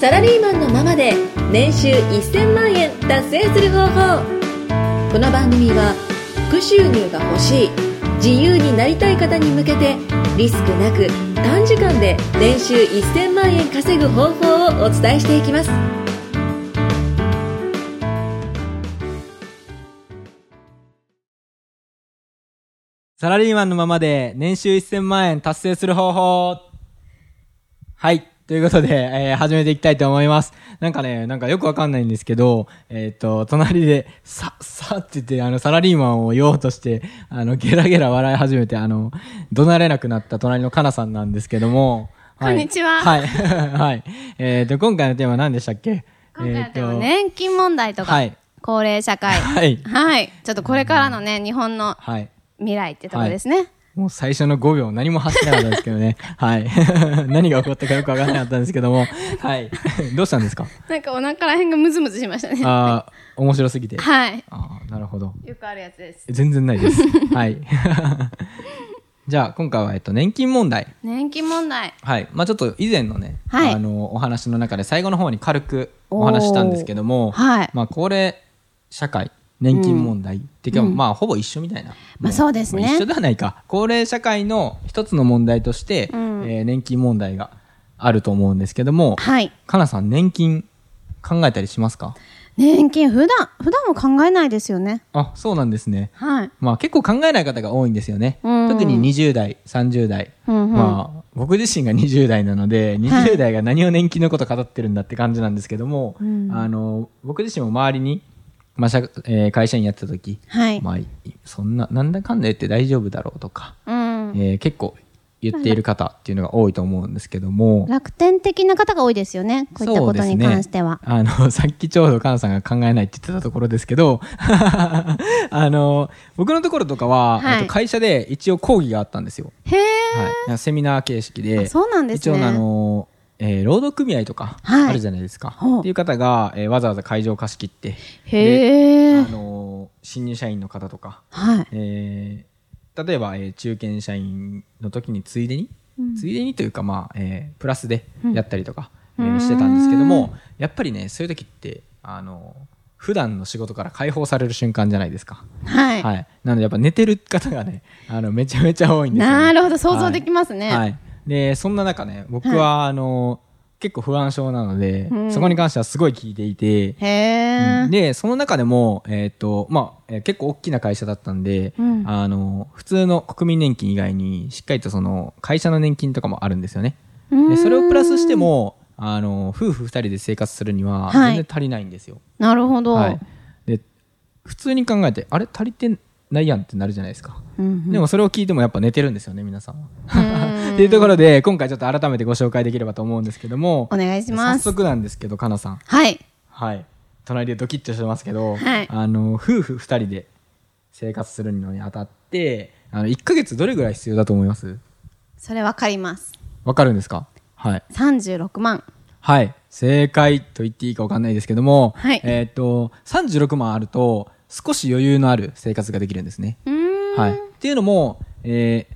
サラリーマンのままで年収1000万円達成する方法この番組は副収入が欲しい自由になりたい方に向けてリスクなく短時間で年収1000万円稼ぐ方法をお伝えしていきますサラリーマンのままで年収1000万円達成する方法。はい。ということで、えー始めていきたいと思います。なんかね、なんかよくわかんないんですけど、えっ、と、隣で、さ、さって言って、あの、サラリーマンを言おうとして、あの、ゲラゲラ笑い始めて、あの、怒鳴れなくなった隣のカナさんなんですけども。いこんにちははい。 はい。えっ、と、今回のテーマ何でしたっけ今回はでもえーと年金問題とか、はい高齢社会、はいちょっとこれからのね、日本のはい。未来ってとこですね。もう最初の5秒何も走ってなかったんですけど ね。はい。 何が起こったかよくわからなかったんですけども。 はい。どうしたんですかなんかお腹ら辺がムズムズしましたね。ああ、面白すぎて。はい。ああ、なるほど。よくあるやつです。全然ないです。はい。 じゃあ、今回は、えっと、年金問題。年金問題。はい。まあちょっと以前のね、はいあの、お話の中で最後の方に軽くお話ししたんですけども、おーはいまあ、高齢社会、年金問題っていうか、まあ、ほぼ一緒みたいな。まあそうですねまあ一緒ではないか。高齢社会の一つの問題として、うんえー年金問題があると思うんですけども、はい。かなさん、年金考えたりしますか年金、普段、普段も考えないですよね。あ、そうなんですね。はい。まあ、結構考えない方が多いんですよね、うん特に20代30代、うんうんまあ、僕自身が20代なので20代が何を年金のこと語ってるんだって感じなんですけども、うんあの僕自身も周りに、まあ社えー会社員やってた時、はい。まあ、いそんななんだかんだ言って大丈夫だろうとか、うん。えー結構言っている方っていうのが多いと思うんですけども。楽天的な方が多いですよね。こういったことに関しては。そうですね、あの、さっきちょうどカナさんが考えないって言ってたところですけど、 あの、僕のところとかは、はえいっと会社で一応講義があったんですよ。へえ。はい、セミナー形式で。あそうなんですね一応、あの、えー労働組合とか、はいあるじゃないですか。ほうっていう方が、えーわざわざ会場を貸し切って、でへえあ。の、新入社員の方とか、はい。えー例えば、えー中堅社員の時についでに、ついでにというか、まあえープラスでやったりとか、えーしてたんですけどもやっぱりねそういう時ってあの普段の仕事から解放される瞬間じゃないですか。はい。はい、なのでやっぱ寝てる方がねあのめちゃめちゃ多いんですよ、ね。なるほど、想像できますね。はいはいでそんな中ね僕は、あの結構不安症なので、そこに関してはすごい聞いていて、へえ、でその中でも、えーとまあえー結構大きな会社だったんで、うんあの普通の国民年金以外にしっかりとその会社の年金とかもあるんですよね。でそれをプラスしてもあの夫婦2人で生活するにははい全然足りないんですよ。なるほど。はいで普通に考えてあれ足りてないやんってなるじゃないですか。うんうんでもそれを聞いてもやっぱ寝てるんですよね皆さんは。うんっていうところで今回ちょっと改めてご紹介できればと思うんですけどもお願いします早速なんですけどかなさんはい。はい。隣でドキッとしてますけど、はいあの、夫婦二人で生活するのにあたって、あの、1ヶ月どれぐらい必要だと思いますそれわかります。わかるんですかはい。 36万。はい。正解と言っていいかわかんないですけども、はいえーっと、36万あると、少し余裕のある生活ができるんですね。うーん。はい。っていうのも、えー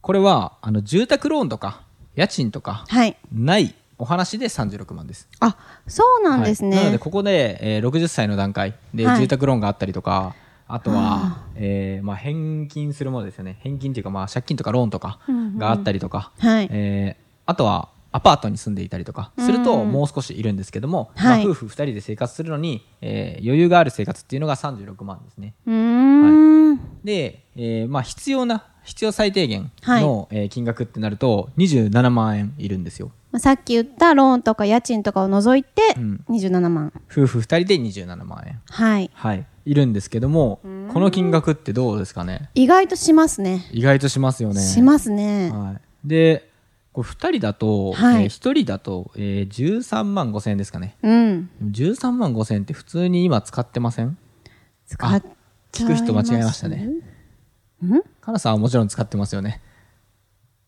これは、あの、住宅ローンとか、家賃とか、はい。ないお話で36万です。あ、そうなんですね。はいなのでここで、えー、60歳の段階ではい住宅ローンがあったりとか、あとは、えーまあ、返金するものですよね返金というか、まあ、借金とかローンとかがあったりとか、はいえーあとはアパートに住んでいたりとかするともう少しいるんですけども、まあはい夫婦2人で生活するのに、えー余裕がある生活っていうのが36万ですね。うーん。で、えーまあ、必要な必要最低限の、えー金額ってなると27万円いるんですよ。まあさっき言ったローンとか家賃とかを除いてうん、 27万。夫婦2人で27万円。はい。はい、いるんですけども、この金額ってどうですかね意外としますね。意外としますよね。しますね。はい、で、こう2人だと、はいえ1人だと、えー、13万5千円ですかね。うん。でも13万5千円って普通に今使ってません使っちゃ聞く人間違えましたいねます。かなさんはもちろん使ってますよね。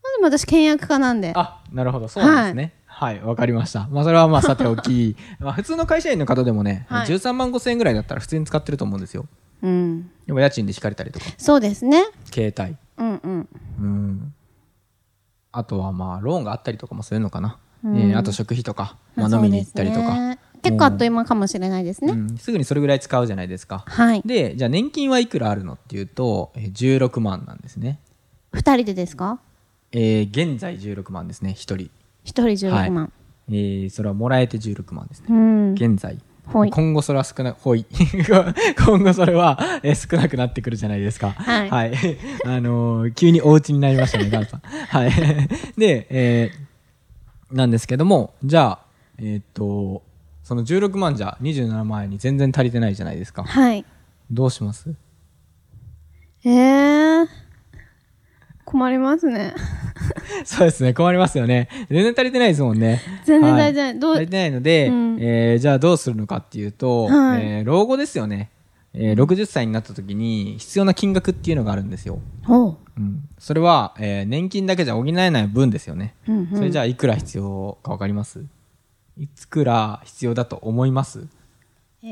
まあでも私、倹約家なんで。あ、なるほど、そうなんですね。はい、わ、かりました。まあ、それはまあ、さてお き、まあ、普通の会社員の方でもね、はい13万5千円ぐらいだったら普通に使ってると思うんですよ。うん。でも家賃で引かれたりとか、そうですね。携帯。うんうん。うん。あとはまあ、ローンがあったりとかもするのかな。ううんえーあと食費とか、まあ、飲みに行ったりとそうですか、ね結構あっという間かもしれないですね。うん、すぐにそれぐらい使うじゃないですか。はい。で、じゃあ年金はいくらあるのっていうと、えー16万なんですね。二人でですかえー現在16万ですね、一人。一人十六はい万。えーそれはもらえて16万ですね。うん。現在。ほい今後それは少な、ほい。 今後それは、えー少なくなってくるじゃないですか。はいはい。 あのー急にお家になりましたね、ガン さん。はい。 で、えーなんですけども、じゃあ、えーっと、その16万じゃ27万円に全然足りてないじゃないですか。はい。どうし ますえー。困りますね。そうですね、困りますよね。全然足りてないですもんね。全然足りてなはいどう足りてないので、うんえーじゃあどうするのかっていうと、はいえー老後ですよね。えー60歳になった時に必要な金額っていうのがあるんですよ。おう。うん、それは、えー年金だけじゃ補えない分ですよね。うんうんそれじゃあいくら必要かわかりますいくら必要だと思います大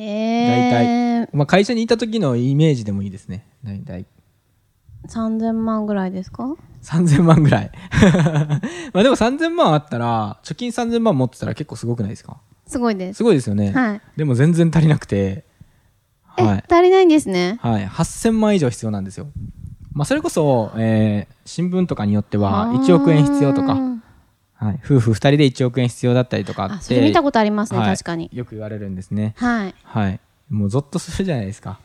体えー。。まあ、会社にいた時のイメージでもいいですね。大体。三千万ぐらいですか3000万ぐらい。 まあでも3000万あったら、貯金3000万持ってたら結構すごくないですかすごいですす。ごいですよね。はいでも全然足りなくて、え、はい。足りないんですね。はい。8000万以上必要なんですよ。まあそれこそ、えー新聞とかによってはあー1億円必要とか、はい、夫婦2人で1億円必要だったりとかって。あ、それ見たことありますね、はい確かに。よく言われるんですね。はい。はい。もうゾッとするじゃないですか。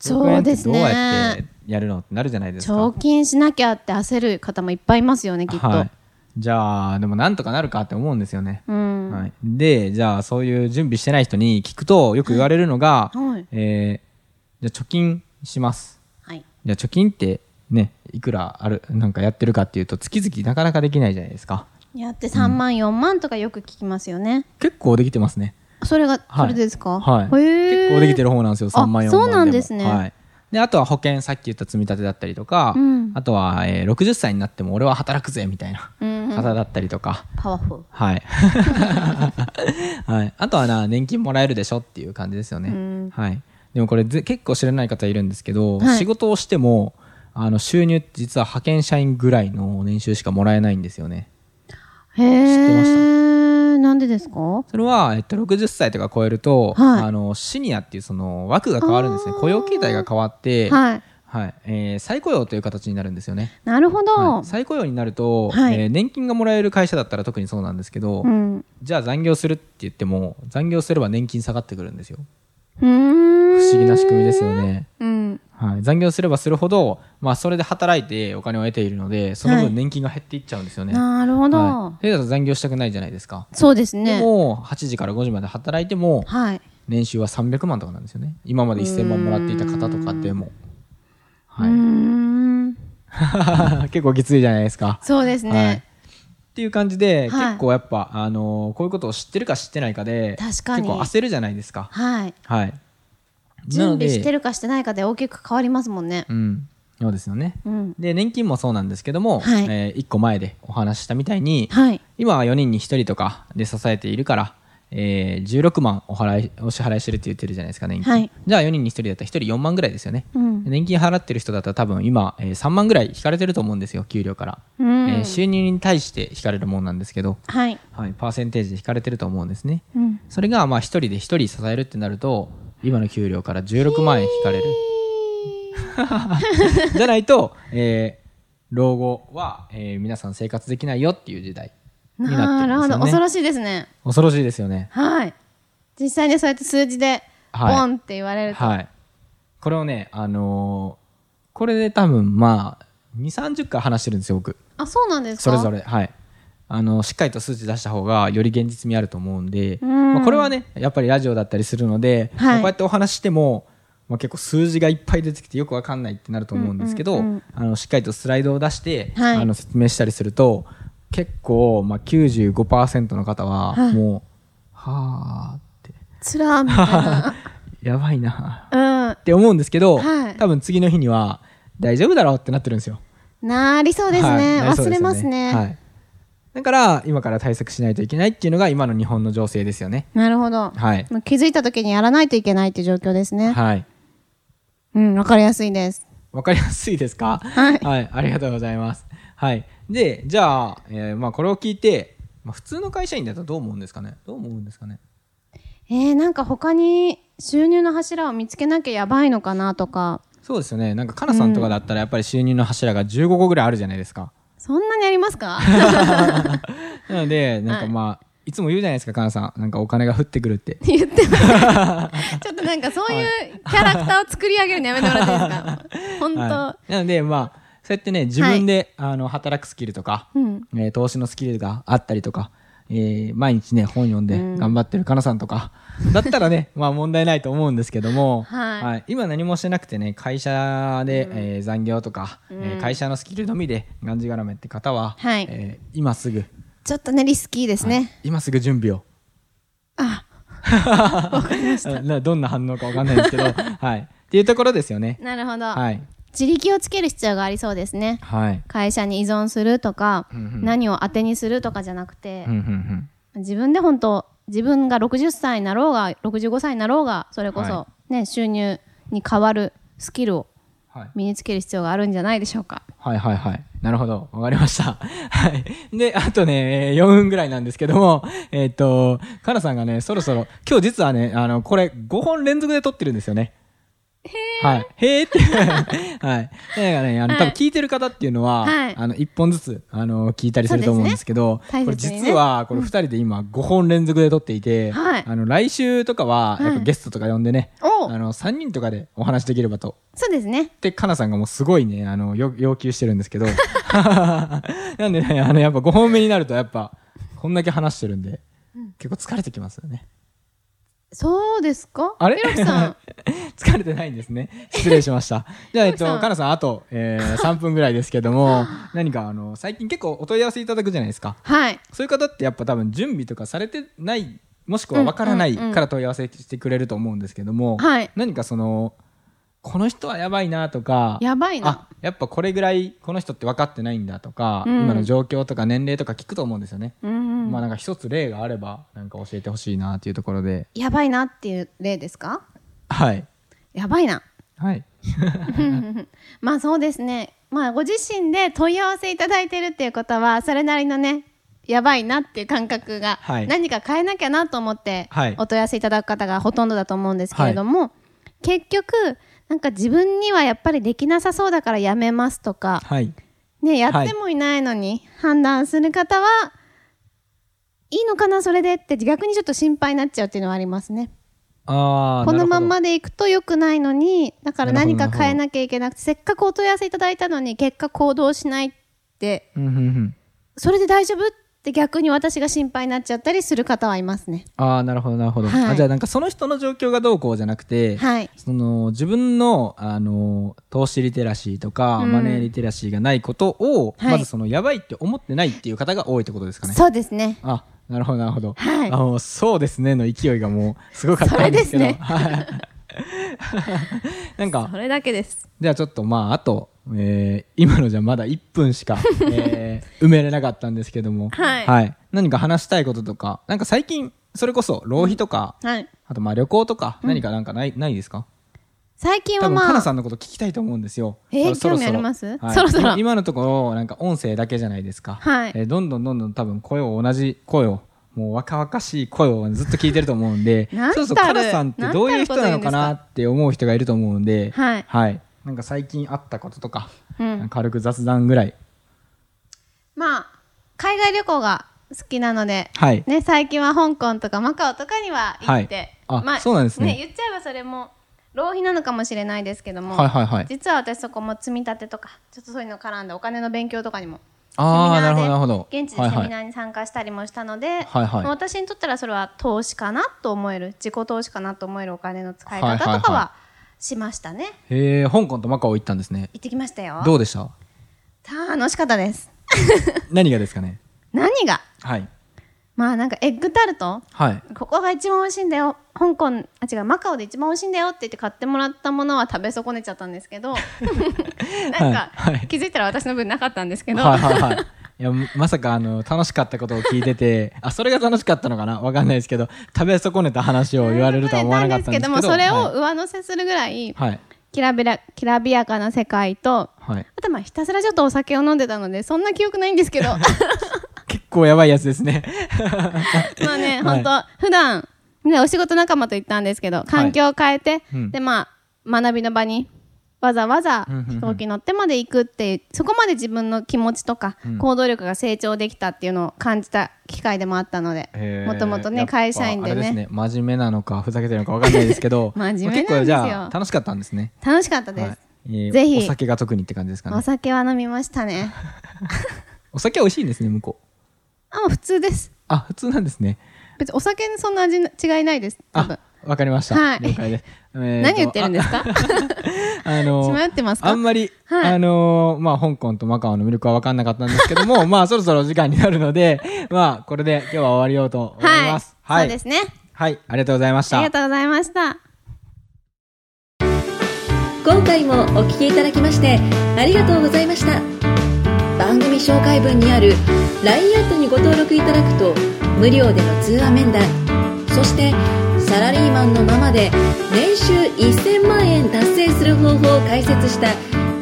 そうです1ね億円ってどうやってやるのってなるじゃないですか。貯金しなきゃって焦る方もいっぱいいますよね、きっと。はい、じゃあでもなんとかなるかって思うんですよね、うん。はい、でじゃあそういう準備してない人に聞くとよく言われるのが、はいえーじゃあ貯金しますはい。じゃあ貯金ってねいくらあるなんかやってるかっていうと月々なかなかできないじゃないですかやって3万、4万とかよく聞きますよね。結構できてますねそれが、はいそれですかはい、へ結構できてる。る方なんですよあ3万4万そうなんもですねはい、であとは保険さっき言った積み立てだったりとか、うんあとは、えー60歳になっても俺は働くぜみたいなうんうん方だったりとか、パワフル。はい。はい。あとはな、年金もらえるでしょっていう感じですようねん。はい。でもこれぜ結構知らない方いるんですけど、はい仕事をしても、あの、収入って実は派遣社員ぐらいの年収しかもらえないんですよね。へってましえ。なんでですかそれは、えっと、60歳とか超えると、はいあの、シニアっていうその枠が変わるんですね。あー雇用形態が変わって、はい。はい。えー再雇用という形になるんですよね。なるほはどい。再雇用になると、はいえー年金がもらえる会社だったら特にそうなんですけど、うん。うじゃあ残業するって言っても残業すれば年金下がってくるんですよーん。不思議な仕組みですよね、うん。はい、残業すればするほど、まあ、それで働いてお金を得ているのでそのはい分年金が減っていっちゃうんですよね、はいなるほど。それだと残業したくないじゃないですか、そうですでね。も8時から5時まで働いてもはい。年収は300万とかなんですよね今まで1000万もらっていた方とかでも、うーはん。い、 結構きついじゃないですかそうですはい、っね。ていう感じで、はい結構やっぱ、あのーこういうことを知ってるか知ってないかで確かに結構焦るじゃないですか。はい。はい、準備してるるかしてないかで大きく変わりますもんね。うんそうですよね。うん。で年金もそうなんですけども、はいえ1個前でお話ししたみたいに、はい。今は4人に1人とかで支えているから、えー16万お払いお支払いしてるって言ってるじゃないですか年金、はいじゃあ4人に1人だったら1人4万ぐらいですよね、うん。年金払ってる人だったら多分今、え3万ぐらい引かれてると思うんですよ給料から、うえーん。収入に対して引かれるもんなんですけど、はい。はい、パーセンテージで引かれてると思うんですねうん。それがまあ1人で1人支えるってなると今の給料から16万円引かれるじゃないと、えー老後は、えー皆さん生活できないよっていう時代になってなるるんでほすよ、ど。ね、恐ろしいですね。恐ろしいですよね。はい。実際にそうやって数字で、ボはいンって言われると。はい。これをね、あのーこれで多分まあ、2、30回話してるんですよ、僕。あ、そうなんですそかれぞ。れ。はい。あの、しっかりと数値出した方が、より現実味あると思うんで、うんまあこれはね、やっぱりラジオだったりするので、はまあいこうやってお話ししても、まあ、結構数字がいっぱい出てきてよくわかんないってなると思うんですけど、うんうんうんあのしっかりとスライドを出して、はいあの説明したりすると結構、まあ、95%の方ははいもう、はあってつらーみたいな。やばいな うんっ。て思うんですけど、はい多分次の日には大丈夫だろうってなってるんですよ。なりそうですね。はいなりそう忘でれよますね。はい、だから今から対策しないといけないっていうのが今の日本の情勢ですよね。なるほど。はい。もう気づいた時にやらないといけないって状況ですね。はい。うん、わかりやすいです。わかりやすいですかはいありがとうございます。はい。で、じゃあ、えーまあこれを聞いて、まあ、普通の会社員だとどう思うんですかねどう思うんですかねえー、なんか他に収入の柱を見つけなきゃやばいのかなとか、そうですよねなんかかなさんとかだったらやっぱり収入の柱が15個ぐらいあるじゃないですか、そんなにあります かなのでなんかまあいつも言うじゃないですかかなさんなんかお金が降ってくるって言ってます。ちょっとなんかそういうキャラクターを作り上げるのやめてもらってい いですか本当、はい、なのでまあそうやってね自分で、あの働くスキルとか、うん。えー投資のスキルがあったりとか、えー毎日ね本読んで頑張ってるかなさんとか、だったら ねまあ問題ないと思うんですけども、はい今何もしてなくてね会社で、えー残業とか、えー会社のスキルのみでがんじがらめって方は、はいえー今すぐちょっとね、リスキーですね。今すぐ準備を。あ、 などんな反応かわかんないんですけど、はい。っていうところですよね。なるほど、はい。自力をつける必要がありそうですね。はい。会社に依存するとか、うんうん何を当てにするとかじゃなくてうん、うんうん。自分で本当、自分が60歳になろうが、65歳になろうが、それこそ、はね、収入に変わるスキルをはい。身につける必要があるんじゃないでしょうか。はいはいはい。なるほど。わかりました。 はい。で、あとね、えー4分ぐらいなんですけども、えーっと、かなさんがね、そろそろ、今日実はね、あの、これ5本連続で撮ってるんですよね。へー。はい。へーって。 はい。だからね、あの、多分聞いてる方っていうのは、はいあの、1本ずつ、あの、聞いたりすると思うんですけど、そうこれですね大切にね実は、これ2人で今5本連続で撮っていて、はいあの、来週とかは、やっぱゲストとか呼んでね、おあの、3人とかでお話できればとそうですね。って、かなさんがもうすごいね、あの、よ要求してるんですけど。 なんでね、あの、やっぱ5本目になると、やっぱ、こんだけ話してるんで、結構疲れてきますよね。そうですかあれひろき さん。疲れてないんですね。失礼しま した。じゃあ、えっと、さんかなさん、あと、えー、3分ぐらいですけど も、何か、あの、最近結構お問い合わせいただくじゃないですか。はい。そういう方ってやっぱ多分準備とかされてない、もしくはわからないうんうんうんから問い合わせしてくれると思うんですけども、はい何かその、この人はやばいなとか、やばいなあ、やっぱこれぐらいこの人って分かってないんだとか、うん今の状況とか年齢とか聞くと思うんですよね。うんうんまあなんか一つ例があれば、なんか教えてほしいなっていうところで、やばいなっていう例ですかはい。やばいな。はい。まあそうですね。まあご自身で問い合わせいただいてるっていうことは、それなりのね、やばいなっていう感覚が、はい何か変えなきゃなと思ってはい、お問い合わせいただく方がほとんどだと思うんですけれども、結局、なんか自分にはやっぱりできなさそうだからやめますとか、はい。ね、やってもいないのに判断する方は、い、いのかな、それでって逆にちょっと心配になっちゃうっていうのはありますね。ああ、このまんなるまでいくと良くないのに、だから何なるかほどなる変えほどなきゃいけなくて、せっかくお問い合わせいただいたのに、結果行動しないって、ほど。うんうんうん。それで大丈夫って逆に私が心配になっちゃったりする方はいますね。ああ、なるほど、なるほど。はいあじゃあなんかその人の状況がどうこうじゃなくて、はい。その自分のあの投資リテラシーとか、うんマネーリテラシーがないことを、はいまずそのやばいって思ってないっていう方が多いってことですかね。そうですね。あなるほどなるほど、はいあのそうですねの勢いがもうすごかったんですけどそれですねはい なんかれだけです。じゃあちょっとまああと、えー今のじゃまだ1分しか、え ー埋めれなかったんですけども、はい何か話したいこととかなんか最近それこそ浪費とか、はい。あとまあ旅行とか何かなんかない,、ないですか最近多は分まかなあ、さんのこと聞きたいと思うんですよ。えーそろそろ興味ありますはいそろそろ今今のところなんか音声だけじゃないですか。はい、えーどんどんどんどん多分声を同じ声をもう若々しい声をずっと聞いてると思うんでなんそたろそろかるなさんってどういう人なのかなって思う人がいると思うんで、はいなんか最近あったこととか、うん。軽く雑談ぐらい。まあ、海外旅行が好きなので、はい。ね、最近は香港とかマカオとかには行って、はいあそうなんですね言っちゃえばそれも浪費なのかもしれないですけども、はいはいはい。実は私そこも積み立てとかちょっとそういうの絡んでお金の勉強とかにもああ、なるほどなるほど。現地でセミナはいはいーに参加したりもしたので、はいはいまあ私にとったらそれは投資かなと思える自己投資かなと思えるお金の使いはい方はいはいとかはしましたね、へえ、香港とマカオ行ったんですね。行ってきましたよどうで した楽しかったです何がですかね何がはい。まあなんかエッグタルトはい。ここが一番美味しいんだよ香港あ違うマカオで一番美味しいんだよって言って買ってもらったものは食べ損ねちゃったんです けどなんか、はいはい気づいたら私の分なかったんですけど、はいはいはい。 いやままさかあの楽しかったことを聞いててあそれが楽しかったのかなわかんないですけど食べ損ねた話を言われるとは思わなかったんですけど損ねたん ですけどもそれをを上乗せするぐらい、はいきらびらきらびやかな世界とはい、はい、 あとまあひたすらちょっとお酒を飲んでたのでそんな記憶ないんですけど結構やばいやつですね。 まあはね、本い当、普段ね、お仕事仲間と行ったんですけど、環境を変えて、うんで、まあ、学びの場に。わざわざうんうんうん飛行機乗ってまで行くっていう、そこまで自分の気持ちとか、うん行動力が成長できたっていうのを感じた機会でもあったのでへーもともとやねっぱ会社員であれでねすね真面目なのかふざけてるのかわかんないですけど 真面目なまんですよあ結構じゃあ楽しかったんですね楽しかったです、はいえーぜひお酒が特にって感じですかおね酒は飲みましたねお酒は美味しいんですね向こうあもう普通ですあ普通なんですね別にお酒にそんな味違いないです多分あわかりました、はい了解です、えーと 何言ってるんです かああの迷ってますかあんまり、はいあのーまあ、香港とマカオの魅力は分かんなかったんですけど も、まあ、そろそろ時間になるので、まあ、これで今日は終わりようと思いはいます。はい。そうですねはい。ありがとうございました。ありがとうございました今回もお聞きいただきましてありがとうございました番組紹介文にある LINE アットにご登録いただくと無料での通話面談そしてサラリーマンのままで年収1000万円達成する方法を解説した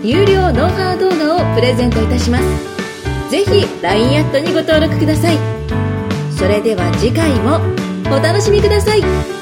有料ノウハウ動画をプレゼントいたしますぜひ LINE アットにご登録くださいそれでは次回もお楽しみください